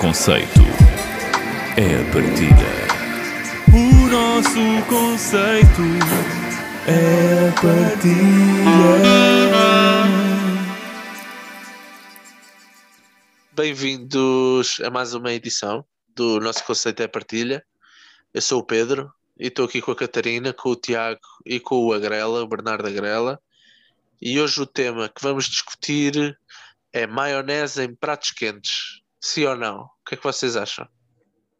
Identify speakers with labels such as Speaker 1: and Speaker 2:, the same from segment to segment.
Speaker 1: conceito é a partilha. O nosso conceito é a partilha.
Speaker 2: Bem-vindos a mais uma edição do nosso conceito é a partilha. Eu sou o Pedro e estou aqui com a Catarina, com o Tiago e com o Agrela, o Bernardo Agrela. E hoje o tema que vamos discutir é maionese em pratos quentes. Sim ou não? O que é que vocês acham?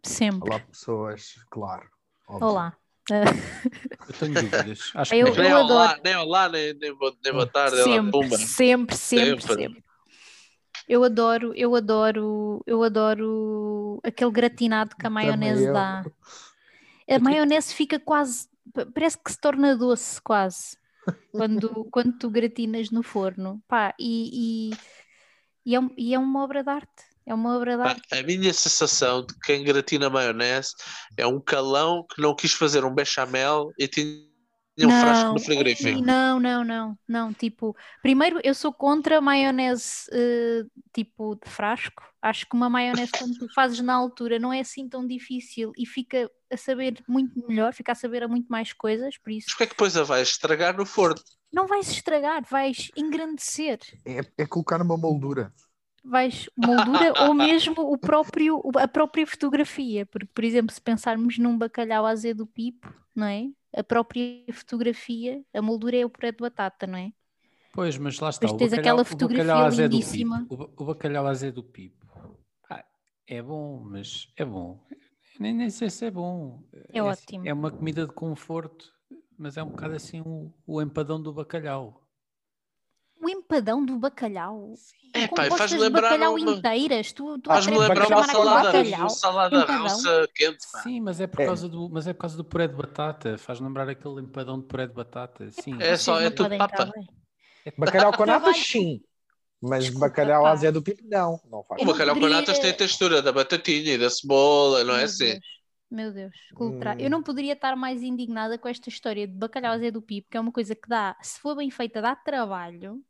Speaker 3: Sempre.
Speaker 4: Olá, pessoas, claro. óbvio.
Speaker 3: Olá.
Speaker 5: Eu tenho dúvidas. Acho
Speaker 3: Eu-
Speaker 5: que não.
Speaker 2: nem
Speaker 3: adoro.
Speaker 2: olá, nem olá, nem, nem, bo- nem boa tarde, olá,
Speaker 3: sempre,
Speaker 2: pumba.
Speaker 3: sempre, sempre,
Speaker 2: Sempre.
Speaker 3: sempre. Eu adoro, eu adoro, eu adoro aquele gratinado que a maionese
Speaker 4: eu.
Speaker 3: dá. A maionese fica quase, pa- parece que se torna doce quase quando, quando tu gratinas no forno. Pá, e, e, e, é, um- e é uma obra de arte. É uma obra de
Speaker 2: Pá,
Speaker 3: arte.
Speaker 2: A minha sensação de quem gratina maionese é um calão que não quis fazer um bechamel e tinha um frasco
Speaker 3: Não.
Speaker 2: no frigorífico.
Speaker 3: Não, não, não, não. Tipo, primeiro eu sou contra a maionese eh, tipo de frasco. Acho que uma maionese quando tu fazes na altura não é assim tão difícil e fica a saber muito melhor, fica a saber a muito mais coisas, por
Speaker 2: Mas
Speaker 3: isso
Speaker 2: porque é que depois a vais estragar no forno?
Speaker 3: não vais estragar, vais engrandecer,
Speaker 4: É, é colocar numa moldura.
Speaker 3: vais moldura ou mesmo o próprio, o- a própria fotografia, porque por exemplo, se pensarmos num bacalhau azedo pipo, não é? A própria fotografia, a moldura é o puré de batata, não é?
Speaker 5: Pois, mas lá está.
Speaker 3: Mas
Speaker 5: o
Speaker 3: tens
Speaker 5: bacalhau-
Speaker 3: aquela
Speaker 5: o bacalhau
Speaker 3: fotografia
Speaker 5: à Zé do
Speaker 3: lindíssima.
Speaker 5: Pipo. O ba- O bacalhau à Zé do Pipo. Pá, é bom, mas é bom. Nem, nem sei se é bom.
Speaker 3: É
Speaker 5: assim,
Speaker 3: ótimo.
Speaker 5: É uma comida de conforto, mas é um bocado assim o, o empadão do bacalhau.
Speaker 3: O empadão do bacalhau.
Speaker 2: É,
Speaker 3: Com
Speaker 2: pá, e faz-me
Speaker 3: postas de
Speaker 2: lembrar
Speaker 3: bacalhau
Speaker 2: uma-
Speaker 3: inteiras. Tu, tu
Speaker 2: Faz-me
Speaker 3: atreves-te a
Speaker 2: lembrar
Speaker 3: chamar
Speaker 2: uma
Speaker 3: aquilo
Speaker 2: salada,
Speaker 3: é bacalhau. Então
Speaker 2: uma salada
Speaker 3: empadão.
Speaker 2: russa quente, pá.
Speaker 5: Sim, mas é por,
Speaker 4: É.
Speaker 5: Causa do, mas é por causa do puré de batata. Faz lembrar aquele empadão de puré de batata. Sim.
Speaker 2: É só-
Speaker 3: Vocês
Speaker 2: é
Speaker 3: não
Speaker 2: tudo
Speaker 3: podem
Speaker 2: papa.
Speaker 3: cá, bem.
Speaker 4: É Bacalhau com natas,
Speaker 3: Trabalho-
Speaker 4: sim. Mas
Speaker 3: Desculpa,
Speaker 4: bacalhau
Speaker 3: pá.
Speaker 4: à Zé do Pipo, não. Não faz.
Speaker 2: O
Speaker 3: não
Speaker 2: bacalhau com
Speaker 3: poderia-
Speaker 2: natas tem a textura da batatinha e da cebola, não é
Speaker 3: Meu
Speaker 2: assim?
Speaker 3: Deus, Meu Deus, cultura. Eu
Speaker 4: Hum.
Speaker 3: não poderia estar mais indignada com esta história de bacalhau Zé do Pipo, que é uma coisa que dá, se for bem feita, dá trabalho.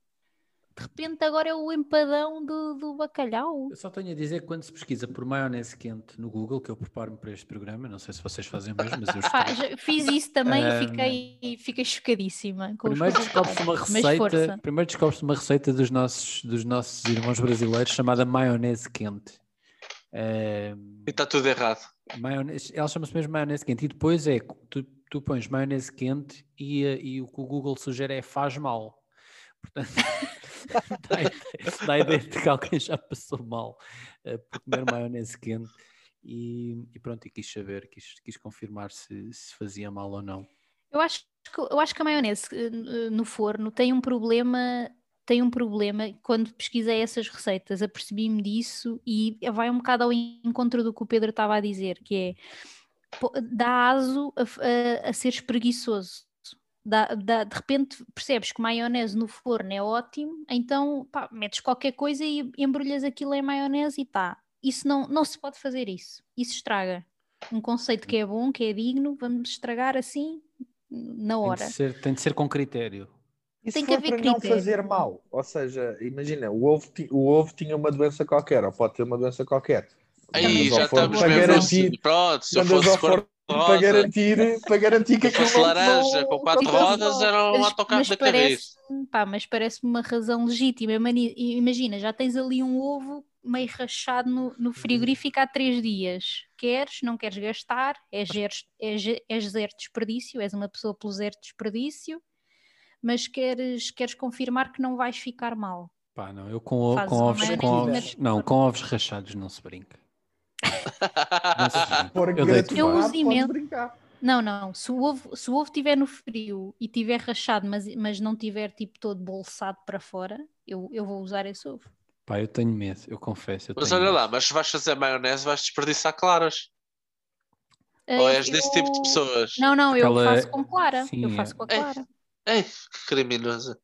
Speaker 3: De repente agora é o empadão do, do bacalhau.
Speaker 5: Eu só tenho a dizer que quando se pesquisa por maionese quente no Google, que eu preparo-me para este programa, não sei se vocês fazem o mesmo, mas eu
Speaker 3: Pá,
Speaker 5: estou.
Speaker 3: já fiz isso também
Speaker 5: Ah,
Speaker 3: e fiquei, fiquei chocadíssima. Com os
Speaker 5: Primeiro
Speaker 3: resultados.
Speaker 5: descobre-se uma
Speaker 3: Mas
Speaker 5: receita,
Speaker 3: força.
Speaker 5: primeiro descobre-se uma receita dos nossos, dos nossos irmãos brasileiros chamada maionese quente. Eh,
Speaker 2: E está tudo errado.
Speaker 5: maionese, ela chama-se mesmo maionese quente. E depois é, co- tu, tu pões maionese quente e, eh, e o que o Google sugere é faz mal. Portanto, dá, a ideia- dá a ideia de que alguém já passou mal eh, por comer maionese quente. E, e pronto, e quis saber, quis, quis confirmar se, se fazia mal ou não.
Speaker 3: Eu acho que, eu acho que a maionese eh, n- no forno tem um problema, tem um problema quando pesquisei essas receitas, apercebi-me disso e vai um bocado ao encontro do que o Pedro estava a dizer, que é po- dá aso a, f- a- a ser espreguiçoso. Dá- dá- de repente percebes que maionese no forno é ótimo, então pá, metes qualquer coisa e embrulhas aquilo em maionese e tá. Isso não, não se pode fazer isso. Isso estraga. Um conceito que é bom, que é digno, vamos estragar assim na
Speaker 5: Tem
Speaker 3: hora.
Speaker 5: de ser, tem de ser com critério.
Speaker 4: E se
Speaker 3: tem que
Speaker 4: for
Speaker 3: haver
Speaker 4: para não
Speaker 3: critério.
Speaker 4: fazer mal? Ou seja, imagina, o ovo, ti- o ovo tinha uma doença qualquer, ou pode ter uma doença qualquer.
Speaker 2: Aí
Speaker 3: Mandas
Speaker 4: Mandas ao
Speaker 2: já
Speaker 4: forno
Speaker 2: estamos
Speaker 4: para
Speaker 2: mesmo.
Speaker 4: garantir,
Speaker 2: assim. Pronto, se eu
Speaker 4: mandas
Speaker 2: fosse
Speaker 4: ao forno para
Speaker 2: cor-de-rosa,
Speaker 4: garantir, para garantir que
Speaker 2: se eu
Speaker 4: aquilo
Speaker 2: fosse
Speaker 4: não-
Speaker 2: laranja
Speaker 4: não-
Speaker 2: com quatro
Speaker 3: não-
Speaker 2: rodas, era um
Speaker 3: Mas-
Speaker 2: autocarro
Speaker 3: mas
Speaker 2: da
Speaker 3: parece-
Speaker 2: carreira.
Speaker 3: Pá, mas parece-me uma razão legítima. Mani- Imagina, já tens ali um ovo meio rachado no, no frigorífico há três dias. Queres, não queres gastar, és zero, és, és zero desperdício, és uma pessoa pelo zero desperdício, mas queres, queres confirmar que não vais ficar mal.
Speaker 5: Pá, não, eu com, o-
Speaker 3: Fazes
Speaker 5: com
Speaker 3: uma
Speaker 5: ovos, com
Speaker 4: maionese
Speaker 5: ovos,
Speaker 3: quente.
Speaker 5: não, com ovos rachados não se brinca. Não se brinca.
Speaker 4: Por
Speaker 5: Eu deito
Speaker 4: gratinado,
Speaker 3: Eu
Speaker 5: fora.
Speaker 3: uso
Speaker 4: podes
Speaker 3: imenso.
Speaker 4: brincar.
Speaker 3: Não, não. Se o ovo, se o ovo estiver no frio e tiver rachado, mas, mas não tiver tipo todo bolsado para fora, eu, eu vou usar esse ovo.
Speaker 5: Pá, eu tenho medo, eu confesso. eu
Speaker 2: Mas
Speaker 5: tenho
Speaker 2: olha lá,
Speaker 5: medo.
Speaker 2: mas se vais fazer maionese, vais desperdiçar claras. Ou
Speaker 3: Ah,
Speaker 2: és desse tipo de
Speaker 3: eu-
Speaker 2: pessoas.
Speaker 3: Não, não, eu
Speaker 5: Aquela-
Speaker 3: faço com clara.
Speaker 5: Sim,
Speaker 3: eu
Speaker 5: é.
Speaker 3: faço com a
Speaker 2: É.
Speaker 3: clara.
Speaker 2: Ei, que criminosa.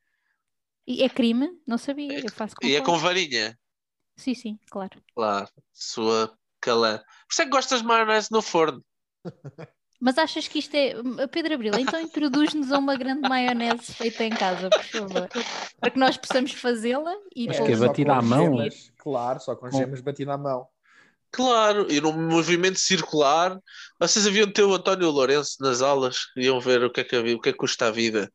Speaker 3: E é crime? Não sabia. Eu faço com
Speaker 2: E é
Speaker 3: clara.
Speaker 2: com varinha.
Speaker 3: Sim, sim, claro.
Speaker 2: Claro, sua calã. Por isso é que gostas de maionese no forno.
Speaker 3: Mas achas que isto é. Pedro Abril, então introduz-nos a uma grande maionese feita em casa, por favor. Para que nós possamos fazê-la e
Speaker 5: Mas
Speaker 3: pôr-
Speaker 5: que é
Speaker 4: Só
Speaker 5: batida
Speaker 4: com
Speaker 5: à mão?
Speaker 4: gemas, Claro, só com
Speaker 5: Com-
Speaker 4: gemas batida à mão.
Speaker 2: Claro, e num movimento circular. Vocês haviam de ter o António Lourenço nas aulas, iam ver o que é que, havia- o que, é que custa a vida.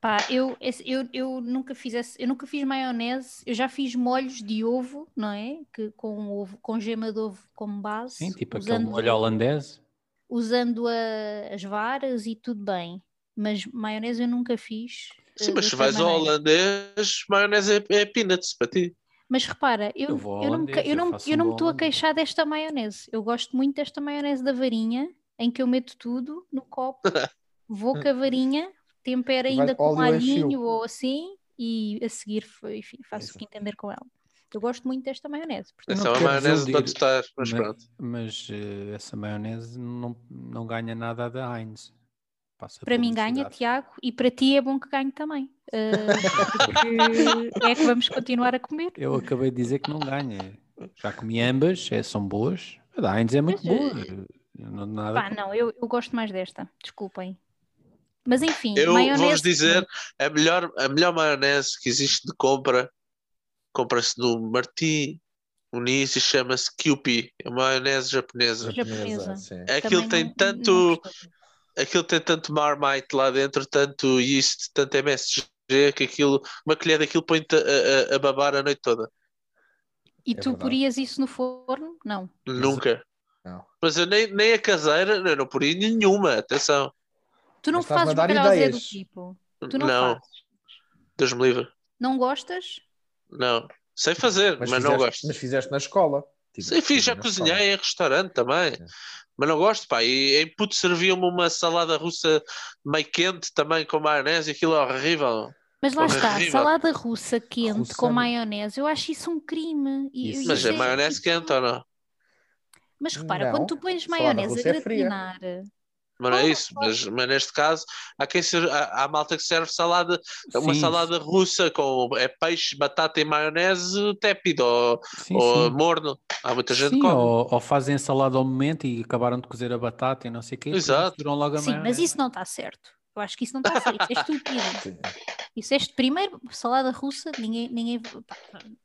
Speaker 3: Pá, eu, esse- eu, eu nunca fiz esse- eu nunca fiz maionese, eu já fiz molhos de ovo, não é? Que, com ovo, com gema de ovo como base,
Speaker 5: Sim, tipo aquele
Speaker 3: usando,
Speaker 5: molho holandês.
Speaker 3: usando a- as varas e tudo bem. Mas maionese eu nunca fiz.
Speaker 2: Sim,
Speaker 3: eh,
Speaker 2: mas se
Speaker 3: dessa
Speaker 2: vais ao
Speaker 3: maneira.
Speaker 2: holandês, maionese é, é peanuts para ti.
Speaker 3: Mas repara, eu,
Speaker 5: Eu vou ao
Speaker 3: eu não me,
Speaker 5: holandês,
Speaker 3: eu
Speaker 5: eu
Speaker 3: não,
Speaker 5: faço
Speaker 3: eu
Speaker 5: um
Speaker 3: não me
Speaker 5: bom
Speaker 3: estou a
Speaker 5: holandês.
Speaker 3: queixar desta maionese. Eu gosto muito desta maionese da varinha, em que eu meto tudo no copo, vou com a varinha, tempero
Speaker 4: Vai
Speaker 3: ainda
Speaker 4: com
Speaker 3: com um
Speaker 4: óleo em fio.
Speaker 3: alhinho ou assim, e a seguir fa- enfim, faço o que entender com ela. Eu gosto muito desta maionese. portanto-
Speaker 5: não
Speaker 2: Essa é uma
Speaker 5: quero
Speaker 2: maionese para
Speaker 5: desiludir,
Speaker 2: tostar, mas
Speaker 5: mas-
Speaker 2: pronto.
Speaker 5: Mas eh, essa maionese não, não ganha nada da Heinz. Passa
Speaker 3: para mim ganha,
Speaker 5: publicidade.
Speaker 3: Tiago, e para ti é bom que ganhe também. Ah, porque é que vamos continuar a comer.
Speaker 5: Eu acabei de dizer que não ganha. Já comi ambas, é, são boas. A da Heinz é muito
Speaker 3: Mas, eh,
Speaker 5: boa. Não, nada
Speaker 3: Pá, não, eu, eu gosto mais desta, desculpem. Mas enfim,
Speaker 2: Eu vou-vos
Speaker 3: maionese-
Speaker 2: dizer, a melhor, a melhor maionese que existe de compra, compra-se no Martim, Unis e chama-se Kewpie, é maionese japonesa.
Speaker 3: Japonesa.
Speaker 4: Sim.
Speaker 2: É Aquilo tem
Speaker 3: Também não-
Speaker 2: tanto,
Speaker 3: não gostei.
Speaker 2: aquilo tem tanto marmite lá dentro, tanto yeast, tanto MSG, que aquilo, uma colher daquilo põe-te a, a- a babar a noite toda.
Speaker 3: E
Speaker 4: É
Speaker 3: tu
Speaker 4: verdade.
Speaker 3: porias isso no forno? Não.
Speaker 2: Nunca.
Speaker 4: Não.
Speaker 2: Mas eu nem, nem a caseira, eu não poria nenhuma, atenção.
Speaker 3: Tu não
Speaker 4: Mas estás-me a
Speaker 3: fazes
Speaker 4: dar
Speaker 3: bacalhau Zé do
Speaker 4: ideias.
Speaker 3: tipo. Tu não,
Speaker 2: Não,
Speaker 3: fazes.
Speaker 2: Deus me livre.
Speaker 3: Não gostas?
Speaker 2: Não. Sei fazer, mas, não
Speaker 4: fizeste-
Speaker 2: gosto.
Speaker 4: Mas fizeste na escola. Tipo,
Speaker 2: Sim, fiz, já
Speaker 4: na
Speaker 2: cozinhei em restaurante também. Mas não gosto, pá. E em puto servia-me uma salada russa meio quente também com maionese, aquilo é horrível.
Speaker 3: Mas lá está,
Speaker 2: Horrível.
Speaker 3: salada russa quente com
Speaker 4: Russana. maionese.
Speaker 3: maionese, eu acho isso um crime. E-
Speaker 5: Isso.
Speaker 3: e
Speaker 2: Mas
Speaker 3: isso
Speaker 2: é
Speaker 5: Sim.
Speaker 2: maionese quente ou não?
Speaker 3: tipo, Mas repara,
Speaker 4: Não,
Speaker 3: quando tu pões
Speaker 4: salada
Speaker 3: maionese a
Speaker 4: russa é fria.
Speaker 3: gratinar,
Speaker 2: Mas não é
Speaker 3: Ah,
Speaker 2: isso. Mas, mas neste caso, há, quem ser, há, há malta que serve salada, É uma
Speaker 5: Sim,
Speaker 2: salada russa com é peixe, batata e maionese tépido ou,
Speaker 5: sim,
Speaker 2: ou
Speaker 5: sim.
Speaker 2: morno. Há muita gente que
Speaker 5: Sim,
Speaker 2: come.
Speaker 5: ou, ou fazem salada ao momento e acabaram de cozer a batata e não sei o quê. e depois
Speaker 2: Exato.
Speaker 5: misturam logo a
Speaker 3: sim, mas
Speaker 5: maionese.
Speaker 3: isso não está certo. Eu acho que isso não está certo. Isso é estúpido.
Speaker 4: escola. Sim.
Speaker 3: Isso é este- primeiro, salada russa, ninguém, ninguém pá,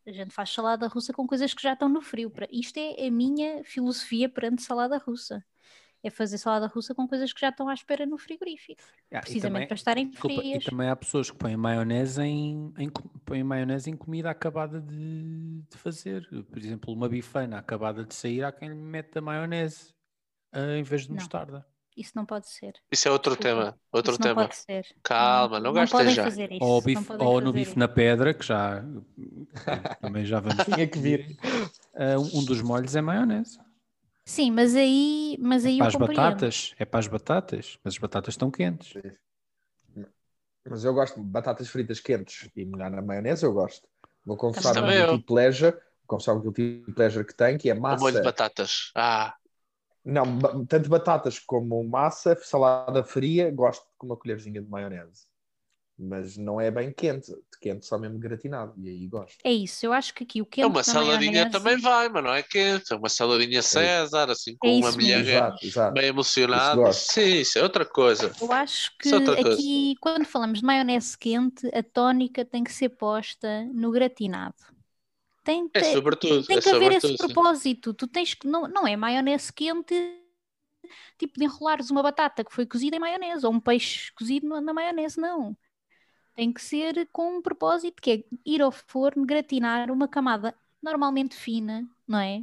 Speaker 3: a gente faz salada russa com coisas que já estão no frio. Para- Isto é a minha filosofia perante salada russa. É fazer salada russa com coisas que já estão à espera no frigorífico,
Speaker 5: Ah, e
Speaker 3: precisamente
Speaker 5: também-
Speaker 3: para estarem
Speaker 5: Desculpa, e
Speaker 3: frias.
Speaker 5: também há pessoas que põem maionese em, em co- põem maionese em comida acabada de, de fazer. Por exemplo, uma bifana acabada de sair, há quem lhe mete a maionese ah, em vez de
Speaker 3: Não.
Speaker 5: mostarda.
Speaker 3: Isso não pode ser.
Speaker 2: Isso é outro
Speaker 3: Desculpa.
Speaker 2: tema. Outro
Speaker 3: Isso
Speaker 2: tema.
Speaker 3: não pode ser.
Speaker 2: Calma, não,
Speaker 3: não
Speaker 2: gastem
Speaker 3: podem
Speaker 2: já.
Speaker 3: fazer isso.
Speaker 5: ou ao
Speaker 3: não
Speaker 5: bife-
Speaker 3: podem
Speaker 5: ou no
Speaker 3: fazer
Speaker 5: bife
Speaker 3: isso.
Speaker 5: na pedra, que já também já vamos.
Speaker 4: Tinha que vir.
Speaker 5: Ah, um- um dos molhos é maionese.
Speaker 3: Sim, mas aí, mas aí
Speaker 5: para
Speaker 3: eu
Speaker 5: as
Speaker 3: compreendo.
Speaker 5: batatas, é para as batatas, mas as batatas estão quentes.
Speaker 4: Mas eu gosto de batatas fritas quentes e molhar na maionese, eu gosto. Vou confessar
Speaker 3: Também
Speaker 4: um
Speaker 2: eu.
Speaker 4: guilty pleasure, vou confessar um guilty pleasure que tem, que é
Speaker 2: O
Speaker 4: massa.
Speaker 2: molho de batatas. Ah,
Speaker 4: Não, ba- tanto batatas como massa, salada fria, gosto com uma colherzinha de maionese. Mas não é bem quente, de quente só mesmo gratinado, e aí gosto.
Speaker 3: É isso, eu acho que aqui o quente
Speaker 2: é uma
Speaker 3: na
Speaker 2: saladinha
Speaker 3: maionese-
Speaker 2: também vai, mas não é quente. É uma saladinha César, assim, com
Speaker 3: É
Speaker 2: uma
Speaker 3: assim. isso mesmo.
Speaker 2: mulher
Speaker 4: Exato, exato.
Speaker 2: bem
Speaker 4: Isso
Speaker 2: emocionada.
Speaker 4: gosto.
Speaker 2: Sim, isso é outra coisa.
Speaker 3: Eu acho que
Speaker 2: Isso é outra coisa.
Speaker 3: aqui, quando falamos de maionese quente, a tónica tem que ser posta no gratinado. Tem,
Speaker 2: É
Speaker 3: te-
Speaker 2: sobretudo.
Speaker 3: tem
Speaker 2: é
Speaker 3: que haver esse
Speaker 2: sobretudo, sim.
Speaker 3: propósito. Tu tens que, não, não é maionese quente, tipo de enrolares uma batata que foi cozida em maionese ou um peixe cozido na, na maionese, não. Tem que ser com um propósito que é ir ao forno gratinar uma camada normalmente fina, não é?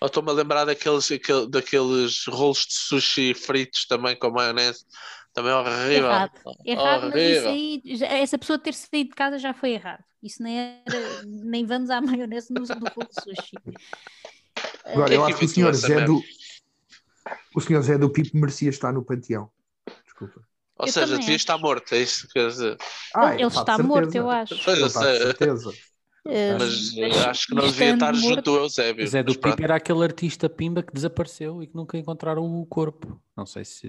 Speaker 2: Ou estou-me a lembrar daqueles, aquele- daqueles rolos de sushi fritos também com maionese. Também é horrível.
Speaker 3: Errado. Errado, mas isso
Speaker 2: horrível.
Speaker 3: aí, já- essa pessoa ter saído de casa já foi errado. Isso nem era, nem vamos à maionese no, no rolo de sushi.
Speaker 2: Quem
Speaker 6: Agora,
Speaker 2: é
Speaker 6: eu
Speaker 2: que
Speaker 6: acho que o
Speaker 2: inventou
Speaker 6: senhor
Speaker 2: essa
Speaker 6: Zé
Speaker 2: merda?
Speaker 6: do. O senhor Zé do Pipo merecia estar no panteão. Desculpa.
Speaker 2: Ou
Speaker 3: Eu
Speaker 2: seja,
Speaker 3: também
Speaker 2: devia
Speaker 3: acho.
Speaker 2: estar morto, é isso? Quer dizer,
Speaker 3: Ele
Speaker 6: Ah, pá, de
Speaker 3: está
Speaker 6: certeza.
Speaker 3: morto, eu acho.
Speaker 2: Pois,
Speaker 6: Ele
Speaker 2: eu
Speaker 6: está de
Speaker 2: sei.
Speaker 6: certeza.
Speaker 3: Eh,
Speaker 2: mas
Speaker 3: mas
Speaker 2: eh, acho que não devia
Speaker 3: estando
Speaker 2: estar junto
Speaker 3: morto-
Speaker 2: do Eusébio.
Speaker 5: Zé é do
Speaker 2: mas pronto.
Speaker 5: Pipo era aquele artista pimba que desapareceu e que nunca encontraram o corpo. Não sei se.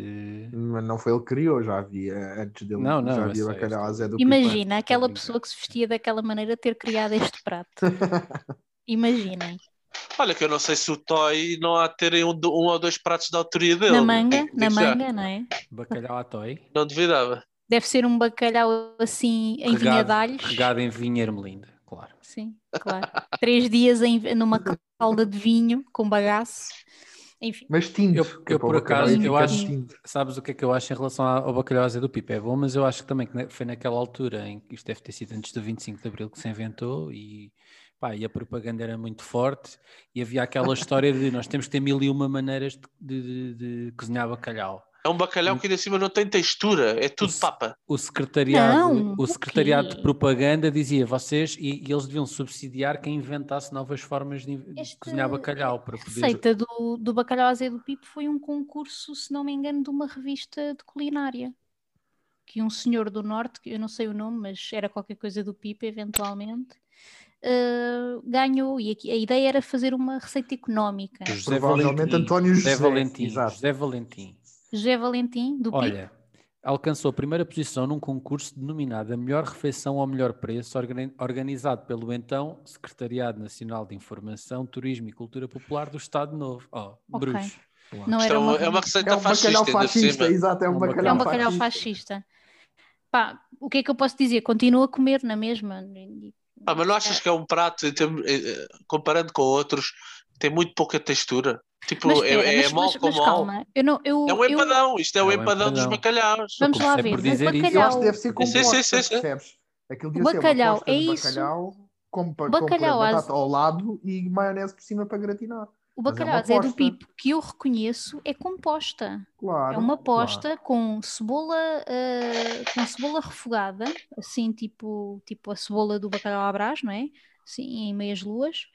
Speaker 6: Mas não foi ele que criou, já havia antes dele.
Speaker 5: Não, não,
Speaker 6: já
Speaker 5: eu sei,
Speaker 6: havia
Speaker 5: eu
Speaker 6: bacalhau
Speaker 5: sei.
Speaker 6: a Zé do Pipo.
Speaker 3: Imagina aquela
Speaker 5: brincar.
Speaker 3: pessoa que se vestia daquela maneira ter criado este prato. Imaginem.
Speaker 2: Olha, que eu não sei se o Toy não há de terem um, do- um ou dois pratos da autoria dele.
Speaker 3: Na manga,
Speaker 2: Digo-
Speaker 3: na
Speaker 2: digo já,
Speaker 3: manga, não é?
Speaker 5: Bacalhau à toy.
Speaker 2: Não duvidava.
Speaker 3: Deve ser um bacalhau assim em vinhadalhos.
Speaker 5: regado em vinha ermelinda, claro.
Speaker 3: Sim, claro. Três dias em- numa calda de vinho com bagaço. Enfim,
Speaker 6: Mas tinto.
Speaker 5: Eu-
Speaker 6: que é
Speaker 5: eu,
Speaker 6: para o
Speaker 5: por
Speaker 6: bacalhau
Speaker 5: acaso,
Speaker 6: ficar
Speaker 5: eu acho-
Speaker 6: tinto.
Speaker 5: Sabes o que é que eu acho em relação ao ao bacalhau Zé do Pipo? É bom, mas eu acho que também que na- foi naquela altura em que isto deve ter sido antes do 25 de Abril que se inventou e, pá, e a propaganda era muito forte e havia aquela história de nós temos que ter mil e uma maneiras de, de- de- de cozinhar bacalhau.
Speaker 2: É um bacalhau que ainda cima não tem textura, é tudo
Speaker 5: Isso.
Speaker 2: papa.
Speaker 5: O secretariado,
Speaker 3: Não,
Speaker 5: o
Speaker 3: o
Speaker 5: secretariado
Speaker 3: quê?
Speaker 5: de propaganda dizia vocês e, e eles deviam subsidiar quem inventasse novas formas de, in- de
Speaker 3: Este-
Speaker 5: cozinhar bacalhau para
Speaker 3: a
Speaker 5: poder...
Speaker 3: receita do, do bacalhau azedo do Pipo foi um concurso, se não me engano, de uma revista de culinária. Que um senhor do Norte, que eu não sei o nome, mas era qualquer coisa do Pipo, eventualmente, eh, ganhou. E aqui- a ideia era fazer uma receita económica.
Speaker 5: José
Speaker 6: Provavelmente
Speaker 5: Valentim,
Speaker 6: António José.
Speaker 5: José Valentim,
Speaker 6: Exato.
Speaker 5: José Valentim.
Speaker 3: José Valentim, do Pipo.
Speaker 5: Olha, alcançou a primeira posição num concurso denominado a melhor refeição ao melhor preço, organ- organizado pelo então Secretariado Nacional de Informação, Turismo e Cultura Popular do Estado Novo. Oh,
Speaker 3: Ok.
Speaker 5: bruxo.
Speaker 3: Não
Speaker 2: Isto
Speaker 3: era
Speaker 2: é
Speaker 3: uma
Speaker 2: uma, é uma receita
Speaker 6: É um bacalhau
Speaker 2: fascista, ainda
Speaker 6: fascista,
Speaker 2: cima.
Speaker 6: exato, é um
Speaker 3: É
Speaker 6: bacalhau
Speaker 3: um bacalhau
Speaker 6: fascista.
Speaker 3: fascista. Pá, o que é que eu posso dizer? Continua a comer na mesma.
Speaker 2: Ah, mas não achas que é um prato, em termos- eh, eh, comparando com outros, tem muito pouca textura? Tipo,
Speaker 3: Mas
Speaker 2: é,
Speaker 3: espera,
Speaker 2: é
Speaker 3: mas,
Speaker 2: mal
Speaker 3: mas-
Speaker 2: com
Speaker 3: mas
Speaker 2: mal.
Speaker 3: calma, eu não, eu,
Speaker 2: É um
Speaker 3: eu-
Speaker 2: empadão, isto é, o
Speaker 5: É um
Speaker 2: empadão, dos
Speaker 5: empadão.
Speaker 2: bacalhaus.
Speaker 3: Vamos
Speaker 5: Eu
Speaker 3: lá
Speaker 5: comecei
Speaker 3: ver,
Speaker 5: por
Speaker 3: mas
Speaker 5: dizer isso.
Speaker 6: Eu acho que
Speaker 3: bacalhau,
Speaker 6: deve ser com
Speaker 2: Sim, sim,
Speaker 6: bosta,
Speaker 2: sim, sim.
Speaker 6: percebes? Aquilo devia
Speaker 3: O
Speaker 6: ser uma
Speaker 3: bacalhau,
Speaker 6: posta de
Speaker 3: é isso.
Speaker 6: bacalhau com, pa- com
Speaker 3: Bacalhau
Speaker 6: purê
Speaker 3: às-
Speaker 6: de batata ao lado e maionese por cima para gratinar.
Speaker 3: o
Speaker 6: mas é uma
Speaker 3: bacalhau Zé do
Speaker 6: aposta.
Speaker 3: Pipo que eu reconheço é composta.
Speaker 6: Claro.
Speaker 3: É uma posta com cebola, eh, com cebola refogada, assim tipo, tipo a cebola do bacalhau à brás, não é? Assim, em meias luas,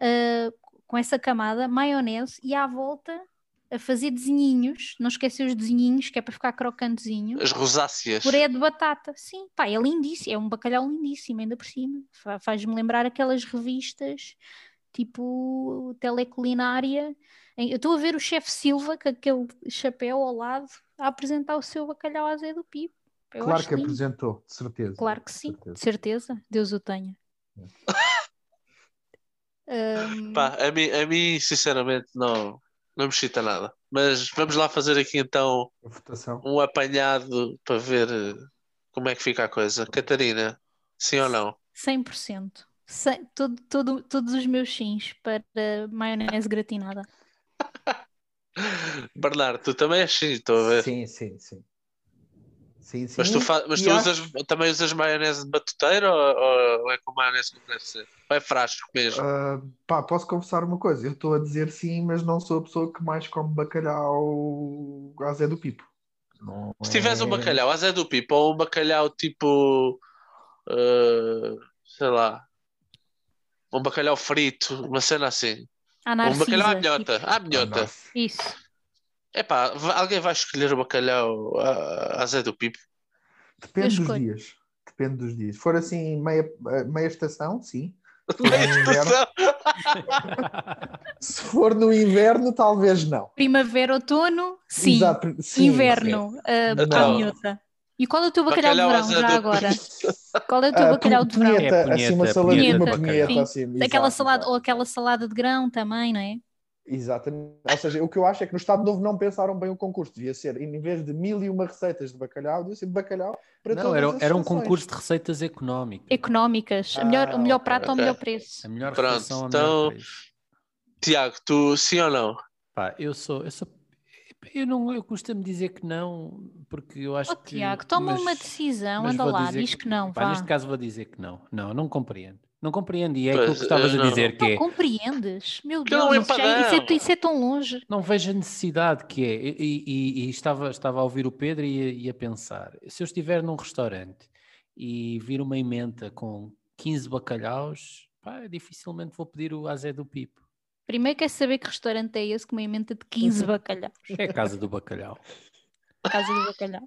Speaker 3: eh, com essa camada, maionese e à volta a fazer desenhinhos, não esquecer os desenhinhos, que é para ficar crocantezinho.
Speaker 2: As rosáceas.
Speaker 3: Puré de batata, sim, pá, é lindíssimo, é um bacalhau lindíssimo, ainda por cima. Fa- Faz-me lembrar aquelas revistas tipo Teleculinária. Em- Eu estou a ver o chefe Silva com aquele chapéu ao lado a apresentar o seu bacalhau azedo do Pipo. Eu
Speaker 6: Claro
Speaker 3: acho
Speaker 6: que
Speaker 3: lindo.
Speaker 6: apresentou, de certeza.
Speaker 3: Claro que sim,
Speaker 6: certeza.
Speaker 3: de certeza, Deus o tenha. Ahm,
Speaker 2: Pá, a mim, a mim, sinceramente, não, não me chita nada. Mas vamos lá fazer aqui então
Speaker 6: A votação.
Speaker 2: um apanhado para ver eh, como é que fica a coisa. Catarina, sim ou não?
Speaker 3: 100%. Sem, todo, todo, todos os meus sims para maionese gratinada.
Speaker 2: Bernardo, tu também és sim, estou a ver.
Speaker 6: Sim, sim, sim. Sim, sim.
Speaker 2: Mas tu, fa- mas
Speaker 6: E
Speaker 2: tu
Speaker 6: acho-
Speaker 2: usas, também usas maionese de batuteiro ou, ou- ou é com maionese que deve ser? Ou é frasco mesmo?
Speaker 6: Ah, pá, posso confessar uma coisa? Eu estou a dizer sim, mas não sou a pessoa que mais come bacalhau à Zé do Pipo. Não
Speaker 2: Se tiveres
Speaker 6: é-
Speaker 2: um bacalhau, às é do Pipo, ou um bacalhau tipo. eh, sei lá. Um bacalhau frito, uma cena assim.
Speaker 3: À
Speaker 2: Ou um
Speaker 3: Narcisa.
Speaker 2: bacalhau à minhota. À minhota.
Speaker 6: Nossa.
Speaker 3: tipo, Isso.
Speaker 2: Epá, va- alguém vai escolher o bacalhau ah, à, à Zé é do Pipo?
Speaker 6: Depende
Speaker 3: Eu
Speaker 6: dos
Speaker 3: escolho.
Speaker 6: dias. Depende dos dias. Se for assim, meia, meia estação, sim. Se for no inverno, talvez não.
Speaker 3: Primavera, outono, sim.
Speaker 6: Exato, sim,
Speaker 3: Inverno, ah,
Speaker 2: Não.
Speaker 3: à minhota. E qual é o teu
Speaker 2: Bacalhau
Speaker 3: bacalhau, de
Speaker 2: às
Speaker 3: verão, já
Speaker 2: adubo.
Speaker 3: agora? Qual é o
Speaker 6: sim.
Speaker 3: teu
Speaker 6: Ah,
Speaker 3: bacalhau de verão?
Speaker 6: punheta,
Speaker 5: punheta. É,
Speaker 6: assim, uma
Speaker 5: punheta,
Speaker 6: saladinha
Speaker 3: punheta,
Speaker 6: de
Speaker 5: bacalhau.
Speaker 6: punheta, assim,
Speaker 3: Aquela
Speaker 6: exato,
Speaker 3: salada,
Speaker 6: exato.
Speaker 3: ou aquela salada de grão também, não é?
Speaker 6: Exatamente. Ou seja, o que eu acho é que no Estado Novo não pensaram bem o concurso. Devia ser, em vez de mil e uma receitas de bacalhau, devia ser bacalhau para
Speaker 5: Não,
Speaker 6: todas
Speaker 5: era,
Speaker 6: as
Speaker 5: era um
Speaker 6: estações.
Speaker 5: concurso de receitas económicas.
Speaker 3: Económicas.
Speaker 6: Ah,
Speaker 3: a melhor, o melhor
Speaker 6: ok,
Speaker 3: prato ao
Speaker 2: ok.
Speaker 3: melhor preço.
Speaker 5: A melhor
Speaker 2: Pronto,
Speaker 5: refeição ao
Speaker 2: então-
Speaker 5: melhor preço.
Speaker 2: Tiago, tu sim ou não?
Speaker 5: Pá, eu sou... Eu sou eu não, eu custa-me dizer que não, porque eu acho
Speaker 3: Ó,
Speaker 5: que...
Speaker 3: Oh, Tiago, toma
Speaker 5: mas-
Speaker 3: uma decisão,
Speaker 5: mas
Speaker 3: anda
Speaker 5: vou
Speaker 3: lá,
Speaker 5: dizer
Speaker 3: diz que não,
Speaker 5: Pá,
Speaker 3: vá.
Speaker 5: neste caso vou dizer que não. Não, não compreendo. Não compreendo. E é
Speaker 2: Pois,
Speaker 5: aquilo que estavas
Speaker 2: eu
Speaker 5: a
Speaker 2: não-
Speaker 5: dizer, que
Speaker 3: Não
Speaker 5: é...
Speaker 3: compreendes? Meu
Speaker 2: Que não
Speaker 3: Deus,
Speaker 2: é
Speaker 3: isso, já- isso é,
Speaker 2: padrão.
Speaker 3: isso é tão longe.
Speaker 5: Não vejo a necessidade que é. E, e- e estava, estava a ouvir o Pedro e a, e a pensar: se eu estiver num restaurante e vir uma emenda com 15 bacalhaus, pá, dificilmente vou pedir o azé do Pipo.
Speaker 3: Primeiro quer saber que restaurante é esse com uma emenda de 15 bacalhau.
Speaker 5: É a casa do bacalhau.
Speaker 3: Casa do bacalhau.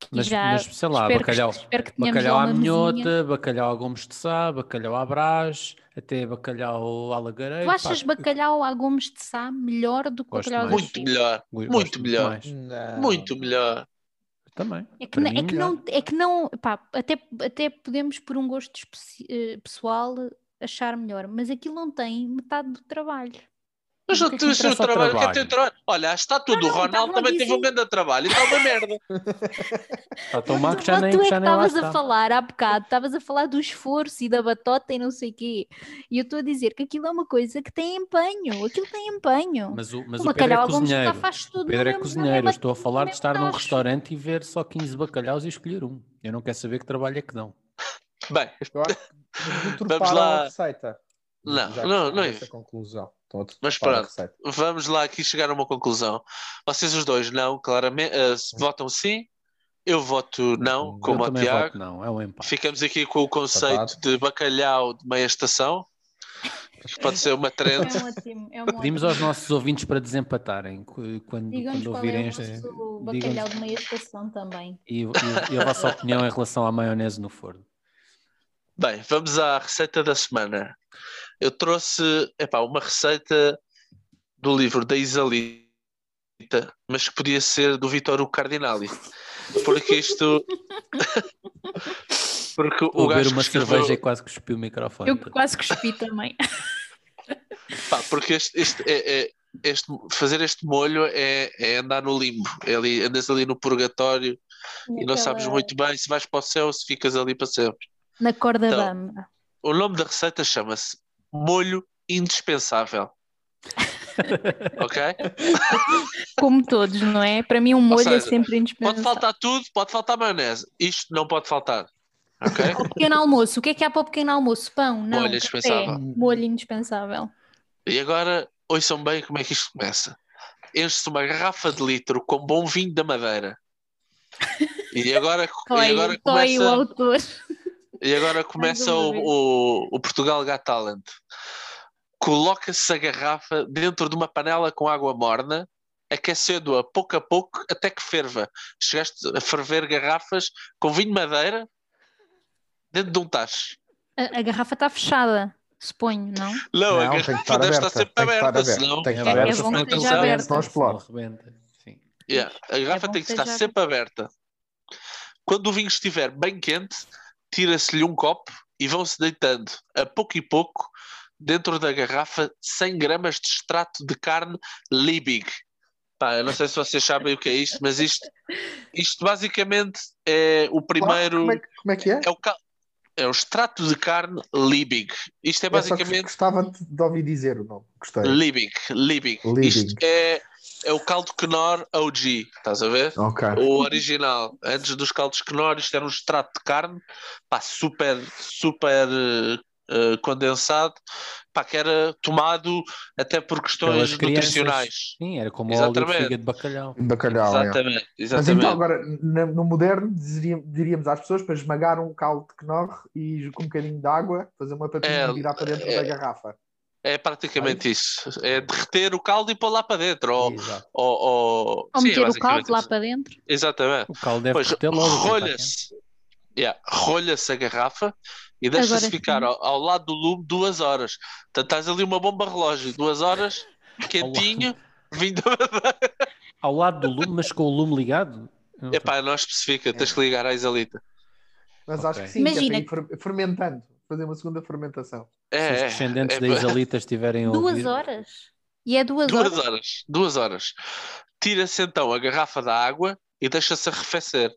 Speaker 3: Que
Speaker 5: Mas,
Speaker 3: já
Speaker 5: mas sei lá,
Speaker 3: espero que-
Speaker 5: bacalhau,
Speaker 3: espero que tenhamos
Speaker 5: bacalhau
Speaker 3: lá
Speaker 5: à
Speaker 3: uma mesinha.
Speaker 5: minhota, bacalhau a Gomes de Sá, bacalhau à Brás, até bacalhau à Lagareiro.
Speaker 3: Tu
Speaker 5: pá,
Speaker 3: achas
Speaker 5: eu
Speaker 3: bacalhau a Gomes de Sá melhor do que
Speaker 5: Gosto
Speaker 3: bacalhau
Speaker 5: mais.
Speaker 3: de
Speaker 2: Muito melhor.
Speaker 5: gosto
Speaker 2: muito melhor.
Speaker 5: mais.
Speaker 6: Não.
Speaker 2: Muito melhor.
Speaker 5: Também.
Speaker 3: É que,
Speaker 5: para
Speaker 3: não,
Speaker 5: mim
Speaker 3: é que
Speaker 5: melhor.
Speaker 3: não, é que não, pá, até, até podemos por um gosto especi- eh, pessoal achar melhor, mas aquilo não tem metade do trabalho.
Speaker 2: Mas não
Speaker 5: que é que
Speaker 2: tens o
Speaker 5: interessa o
Speaker 2: trabalho, que é
Speaker 5: trabalho?
Speaker 2: teu trabalho. Olha, a estátua do
Speaker 3: não,
Speaker 2: Ronaldo
Speaker 3: estavam a
Speaker 2: também teve
Speaker 3: dizer-
Speaker 2: um grande trabalho e está uma merda.
Speaker 5: Está tão má que Ah, então, já
Speaker 3: Mas
Speaker 5: nem,
Speaker 3: tu é que
Speaker 5: já nem lá
Speaker 3: estavas a
Speaker 5: está.
Speaker 3: falar há bocado, estavas a falar do esforço e da batota e não sei o quê. E eu estou a dizer que aquilo é uma coisa que tem empenho, aquilo tem empenho.
Speaker 5: Mas o, mas
Speaker 3: o
Speaker 5: o Pedro é
Speaker 3: bacalhau à Gomes
Speaker 5: cozinheiro.
Speaker 3: está faz tudo
Speaker 5: O
Speaker 3: no
Speaker 5: Pedro é
Speaker 3: mesmo-
Speaker 5: cozinheiro. Eu estou a falar de
Speaker 3: mesmo
Speaker 5: estar num
Speaker 3: tacho.
Speaker 5: restaurante e ver só 15 bacalhaus e escolher um. Eu não quero saber que trabalho é que dão.
Speaker 2: Bem,
Speaker 4: Eu acho que deturparam
Speaker 2: lá.
Speaker 4: a receita.
Speaker 2: Não,
Speaker 4: Já
Speaker 2: não, não é
Speaker 4: essa
Speaker 2: isso.
Speaker 4: conclusão. Estão a deturpar
Speaker 2: Mas
Speaker 4: a
Speaker 2: pronto.
Speaker 4: receita.
Speaker 2: vamos lá aqui chegar a uma conclusão. Vocês os dois não, claramente, eh, se votam sim, eu voto não, como
Speaker 5: eu
Speaker 2: o
Speaker 5: também
Speaker 2: Tiago.
Speaker 5: voto não, Tá é um empate.
Speaker 2: Ficamos aqui com o conceito de bacalhau de meia estação, que pode ser uma
Speaker 3: É
Speaker 2: trend.
Speaker 3: um ótimo, é um ótimo.
Speaker 5: Pedimos aos nossos ouvintes para desempatarem cu- quando,
Speaker 3: Digam-nos
Speaker 5: quando
Speaker 3: qual
Speaker 5: ouvirem
Speaker 3: é o
Speaker 5: esta-
Speaker 3: vosso
Speaker 5: digam-nos-
Speaker 3: bacalhau de meia estação também.
Speaker 5: e, e- e a vossa opinião em relação à maionese no forno.
Speaker 2: Bem, vamos à receita da semana. Eu trouxe epá, uma receita do livro da Isalita, mas que podia ser do Vittorio Cardinali, porque isto. porque o
Speaker 5: Ou beber
Speaker 2: gajo que
Speaker 5: uma
Speaker 2: escreveu-
Speaker 5: cerveja e quase que cuspi o microfone.
Speaker 3: Eu quase cuspi também.
Speaker 2: Pá, porque este, este- é- é- este- fazer este molho é, é andar no limbo. É ali, andas ali no purgatório e
Speaker 3: Então
Speaker 2: não sabes
Speaker 3: Naquela-
Speaker 2: muito bem se vais para o céu ou se ficas ali para sempre.
Speaker 3: Na corda
Speaker 2: Então,
Speaker 3: bamba.
Speaker 2: O nome da receita chama-se Molho Indispensável. ok?
Speaker 3: Como todos, não é? Para mim, um molho é
Speaker 2: seja,
Speaker 3: sempre
Speaker 2: Pode
Speaker 3: indispensável.
Speaker 2: faltar tudo, pode faltar maionese. Isto não pode faltar. Ok?
Speaker 3: O pequeno almoço. O que é que há para o pequeno almoço? Pão? Não.
Speaker 2: Molho
Speaker 3: café,
Speaker 2: indispensável.
Speaker 3: Molho indispensável.
Speaker 2: E agora, ouçam bem como é que isto começa. Enche-se uma garrafa de litro com bom vinho da Madeira. E agora,
Speaker 3: Dói,
Speaker 2: e agora
Speaker 3: dói o
Speaker 2: começa.
Speaker 3: autor.
Speaker 2: E agora começa
Speaker 3: uma
Speaker 2: o,
Speaker 3: vez.
Speaker 2: o, o Portugal Got Talent. Coloca-se a garrafa dentro de uma panela com água morna, aquecendo-a pouco a pouco até que ferva. Chegaste a ferver garrafas com vinho de madeira dentro de um tacho.
Speaker 3: A, a garrafa está fechada, suponho, não?
Speaker 2: Não, a
Speaker 4: Não, tem que
Speaker 2: garrafa
Speaker 4: estar
Speaker 2: deve estar
Speaker 4: aberta.
Speaker 2: sempre
Speaker 4: Tem que estar
Speaker 2: aberta,
Speaker 4: aberta.
Speaker 2: senão.
Speaker 4: Tem que
Speaker 3: É
Speaker 4: estar aberta.
Speaker 3: bom
Speaker 5: senão
Speaker 3: que
Speaker 5: aquilo
Speaker 3: esteja
Speaker 5: já-
Speaker 3: aberto.
Speaker 5: senão
Speaker 6: explode.
Speaker 5: arrebenta. Sim.
Speaker 2: Yeah, a
Speaker 6: É
Speaker 2: garrafa
Speaker 3: bom
Speaker 2: tem que
Speaker 3: que
Speaker 2: estar
Speaker 3: esteja
Speaker 2: sempre aberta. Quando o vinho estiver bem quente, tira-se-lhe um copo e vão-se deitando, a pouco e pouco, dentro da garrafa, 100 gramas de extrato de carne Liebig. Pá, eu não sei se vocês sabem o que é isto, mas isto, isto basicamente é o primeiro.
Speaker 6: Como é, que- como é que é?
Speaker 2: É o, ca- é o extrato de carne Liebig. Isto é
Speaker 6: Eu só que
Speaker 2: basicamente.
Speaker 6: gostava de de ouvir dizer o nome. Gostei.
Speaker 2: Liebig, Liebig.
Speaker 6: Liebig.
Speaker 2: Isto é, é o caldo Knorr OG, estás a ver?
Speaker 6: Ok.
Speaker 2: O original. Antes dos caldos Knorr, isto era um extrato de carne, pá, super, super eh, eh, condensado, pá, que era tomado até por questões
Speaker 5: Pelas crianças.
Speaker 2: nutricionais.
Speaker 5: Sim, era como o óleo de
Speaker 2: Exatamente.
Speaker 5: figa de bacalhau.
Speaker 6: Bacalhau. é.
Speaker 2: Exatamente,
Speaker 6: Mas então,
Speaker 2: exatamente.
Speaker 6: agora, na- no moderno, dizeria- diríamos às pessoas para esmagar um caldo de Knorr e com um bocadinho de água, fazer uma papinha
Speaker 2: É,
Speaker 6: e virar para dentro
Speaker 2: é.
Speaker 6: da garrafa.
Speaker 2: É praticamente isso. É derreter o caldo e pôr lá para dentro. Ou,
Speaker 5: Exato.
Speaker 2: ou, ou...
Speaker 3: Ou
Speaker 2: Sim, é
Speaker 3: meter o
Speaker 2: basicamente
Speaker 3: caldo lá
Speaker 2: isso.
Speaker 3: para dentro.
Speaker 2: Exatamente.
Speaker 5: O caldo deve
Speaker 2: Pois,
Speaker 5: derreter logo. é? o que está quente.
Speaker 2: rolha-se. Yeah, rolha-se a garrafa e deixa-se
Speaker 3: Agora
Speaker 2: ficar
Speaker 3: sim.
Speaker 2: ao, ao lado do lume duas horas. Portanto, estás ali uma bomba relógio, duas horas, quentinho, vindo da
Speaker 5: Ao lado do lume, mas com o lume ligado? Eu não
Speaker 2: Epá, não especifica, tens que ligar à Isalita.
Speaker 6: Mas acho
Speaker 5: Ok.
Speaker 6: que sim, que é
Speaker 3: Imagina
Speaker 6: para ir fer- fermentando, fazer uma segunda fermentação.
Speaker 5: sei. Se
Speaker 2: É,
Speaker 5: os
Speaker 2: é,
Speaker 5: descendentes
Speaker 2: é,
Speaker 5: da Isalita estiverem a
Speaker 3: Duas
Speaker 5: ouvir-
Speaker 3: horas. E é duas,
Speaker 2: duas
Speaker 3: horas.
Speaker 2: horas, duas horas. Tira-se então a garrafa da água e deixa-se arrefecer.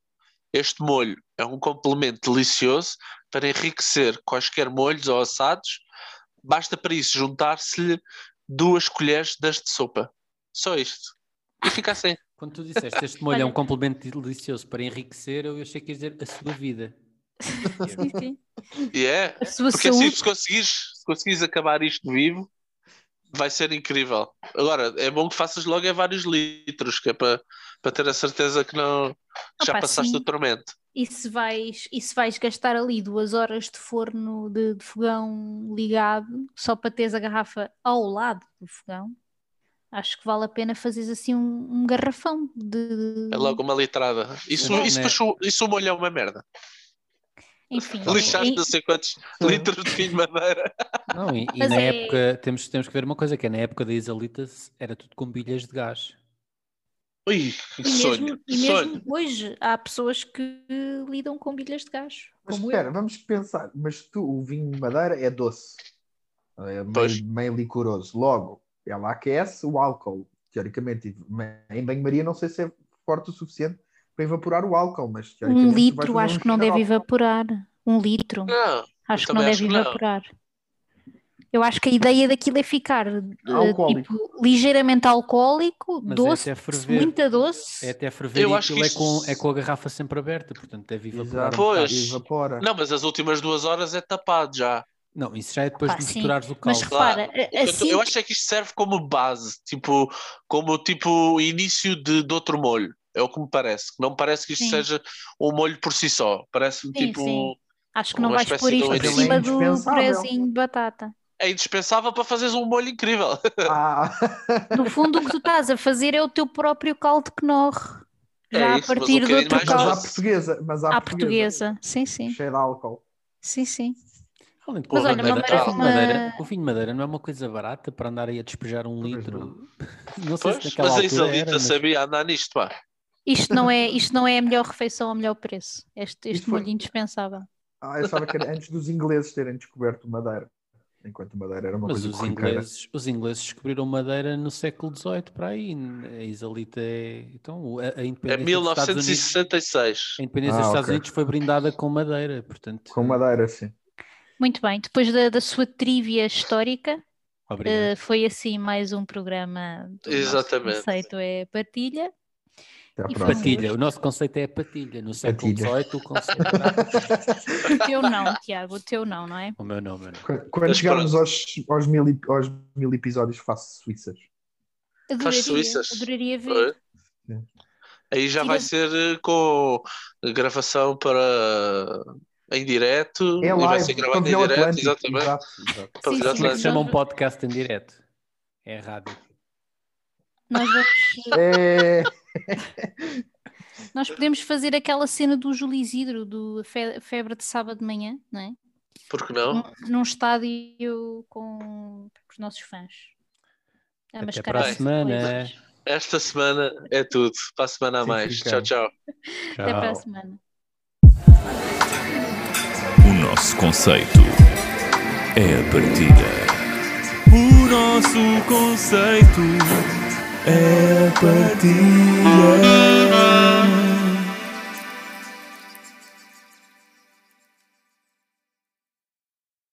Speaker 2: Este molho é um complemento delicioso para enriquecer quaisquer molhos ou assados. Basta para isso juntar-se-lhe duas colheres das de sopa. Só isto. E fica assim.
Speaker 5: Quando tu disseste este molho é um
Speaker 3: Olha.
Speaker 5: complemento delicioso para enriquecer, eu achei que ia dizer a sua vida.
Speaker 3: Sim, sim.
Speaker 2: E é.
Speaker 3: A sua
Speaker 2: Porque assim,
Speaker 3: saúde.
Speaker 2: se conseguires, se conseguires acabar isto vivo, vai ser incrível. Agora, é bom que faças logo é vários litros, que é para, para ter a certeza que não já
Speaker 3: Opa,
Speaker 2: passaste
Speaker 3: sim.
Speaker 2: o tormento.
Speaker 3: E se, vais, e se vais gastar ali duas horas de forno de, de fogão ligado, só para teres a garrafa ao lado do fogão, acho que vale a pena fazeres assim um, um garrafão de.
Speaker 2: É logo uma litrada. Isso,
Speaker 5: Sim,
Speaker 2: isso,
Speaker 5: né?
Speaker 2: depois o- isso o molho é uma merda.
Speaker 3: Enfim.
Speaker 5: Tá
Speaker 2: Lixaste
Speaker 3: é-
Speaker 2: não sei quantos
Speaker 5: Hum.
Speaker 2: litros de vinho de madeira.
Speaker 5: Não, e, e
Speaker 3: Mas
Speaker 5: na
Speaker 3: é-
Speaker 5: época, temos, temos que ver uma coisa, que é na época da Isalita era tudo com bilhas de gás.
Speaker 2: Ui, que
Speaker 3: E
Speaker 2: sonho.
Speaker 3: mesmo,
Speaker 2: que
Speaker 3: e mesmo
Speaker 2: sonho.
Speaker 3: hoje há pessoas que lidam com bilhas de gás.
Speaker 6: Mas
Speaker 3: como eu.
Speaker 6: espera, vamos pensar. Mas tu, o vinho de madeira é doce. É meio,
Speaker 2: Pois.
Speaker 6: meio licoroso. Logo, Ela aquece o álcool, teoricamente. Em banho-maria não sei se é forte o suficiente para evaporar o álcool, mas
Speaker 3: Um
Speaker 6: teoricamente tu vais
Speaker 3: litro
Speaker 6: fazer
Speaker 3: acho
Speaker 6: um
Speaker 3: que não deve
Speaker 6: xarope.
Speaker 3: evaporar. Um litro.
Speaker 2: Não,
Speaker 3: Acho que não
Speaker 2: também acho
Speaker 3: deve
Speaker 2: que não.
Speaker 3: evaporar. Eu acho que a ideia daquilo é ficar eh,
Speaker 6: Alcoólico.
Speaker 3: tipo, ligeiramente alcoólico,
Speaker 5: Mas é
Speaker 3: doce,
Speaker 5: até ferver.
Speaker 3: muito doce.
Speaker 5: É até ferver
Speaker 2: Eu
Speaker 5: e
Speaker 2: acho que
Speaker 5: aquilo é,
Speaker 2: isto-
Speaker 5: com, é com a garrafa sempre aberta, portanto deve evaporar.
Speaker 6: Exato,
Speaker 5: um bocado.
Speaker 2: Pois.
Speaker 6: Evapora.
Speaker 2: não, mas as últimas duas horas é tapado já.
Speaker 5: Não, isso já é depois
Speaker 3: Pá,
Speaker 5: de
Speaker 3: sim,
Speaker 5: misturares o
Speaker 3: Mas
Speaker 5: caldo.
Speaker 2: Claro.
Speaker 3: repara, a-
Speaker 2: Eu tô-
Speaker 3: assim
Speaker 2: Eu acho é que isto serve como base, tipo, como tipo início de, de outro molho. É o que me parece. Não me parece que isto
Speaker 3: Sim.
Speaker 2: seja um molho por si só. Parece-me
Speaker 3: Sim,
Speaker 2: tipo.
Speaker 3: sim. acho que
Speaker 2: uma
Speaker 3: não vais
Speaker 2: espécie
Speaker 3: pôr
Speaker 2: de
Speaker 3: isto por
Speaker 2: ouriço.
Speaker 3: cima
Speaker 6: É
Speaker 3: do
Speaker 6: indispensável.
Speaker 3: purezinho de batata.
Speaker 2: É indispensável para fazeres um molho incrível.
Speaker 6: Ah,
Speaker 3: No fundo, o que tu estás a fazer é o teu próprio caldo Knorr.
Speaker 2: É isso,
Speaker 3: Já a
Speaker 2: mas um
Speaker 3: partir do
Speaker 2: bocadinho
Speaker 3: outro
Speaker 2: mais
Speaker 6: mas
Speaker 3: caldo.
Speaker 6: à portuguesa. Mas à,
Speaker 3: À portuguesa. Sim, sim.
Speaker 6: Cheira a álcool.
Speaker 3: Sim, sim.
Speaker 5: Realmente,
Speaker 3: Mas
Speaker 5: com
Speaker 3: olha,
Speaker 5: vinho
Speaker 2: uma mara-
Speaker 5: de madeira- com
Speaker 3: uma-
Speaker 5: madeira- com vinho de madeira não é uma coisa barata para andar aí a despejar um
Speaker 6: Pois
Speaker 5: litro. Não, sei se
Speaker 2: Pois,
Speaker 5: naquela
Speaker 2: mas a é
Speaker 5: altura era,
Speaker 2: Isalita
Speaker 5: mas-
Speaker 2: sabia andar nisto, pá.
Speaker 3: Isto não é, isto não é a melhor refeição ao melhor preço. Este, este
Speaker 6: Isto foi-
Speaker 3: molho indispensável.
Speaker 6: Ah, eu achava que era antes dos ingleses terem descoberto madeira. Enquanto madeira era uma
Speaker 5: Mas
Speaker 6: coisa
Speaker 5: os
Speaker 6: corriqueira.
Speaker 5: ingleses, os ingleses descobriram madeira no século XVIII, para aí. A Isalita é. Então, o- a, a
Speaker 2: É
Speaker 5: independência dos Estados Unidos,
Speaker 2: 1966.
Speaker 5: a independência
Speaker 6: Ah,
Speaker 5: dos Estados
Speaker 6: ok.
Speaker 5: Unidos foi brindada com madeira, portanto.
Speaker 6: Com madeira, sim.
Speaker 3: Muito bem, depois da, da sua trivia histórica,
Speaker 5: Obrigado.
Speaker 3: eh, foi assim mais um programa do nosso
Speaker 2: Exatamente.
Speaker 3: conceito é partilha.
Speaker 6: Até à
Speaker 3: E
Speaker 6: próxima.
Speaker 5: Patilha, o nosso conceito é a patilha. No século
Speaker 6: Patilha.
Speaker 5: XVIII, o conceito. é
Speaker 3: O teu não, Tiago, o teu não, não é?
Speaker 5: o meu nome, meu nome.
Speaker 6: Quando- Quando
Speaker 2: Mas
Speaker 6: chegarmos
Speaker 2: pronto.
Speaker 6: aos, aos, mil, e- aos mil episódios, faço suíças.
Speaker 3: Adoraria,
Speaker 2: suíças.
Speaker 3: adoraria ver.
Speaker 2: Oi? Aí já
Speaker 3: Tira-
Speaker 2: vai ser eh, com gravação para eh, em direto.
Speaker 6: É
Speaker 2: e vai ser
Speaker 6: live,
Speaker 2: gravado em
Speaker 6: pavilhão
Speaker 2: direto,
Speaker 6: Atlântico.
Speaker 2: exatamente.
Speaker 6: Exato, exato.
Speaker 2: Pavilhão
Speaker 3: Sim,
Speaker 5: Como é que
Speaker 3: sim.
Speaker 5: se
Speaker 2: Atlântico.
Speaker 5: chama um podcast em direto? É rádio.
Speaker 3: Nós, vamos-
Speaker 6: É...
Speaker 3: nós podemos fazer aquela cena do Júlio Isidro, do Fe- Febre de Sábado de Manhã, não é?
Speaker 2: Por que não?
Speaker 3: Num, num estádio com os nossos fãs. A
Speaker 5: Até
Speaker 3: mascarar
Speaker 5: para a
Speaker 3: as
Speaker 5: semana.
Speaker 3: coisas.
Speaker 2: Esta semana é tudo. Para a semana a
Speaker 6: Sim,
Speaker 2: mais.
Speaker 6: fica.
Speaker 2: Tchau, tchau.
Speaker 3: Até para a
Speaker 5: Tchau.
Speaker 3: semana.
Speaker 1: O nosso conceito é a partilha. O nosso conceito é a partilha.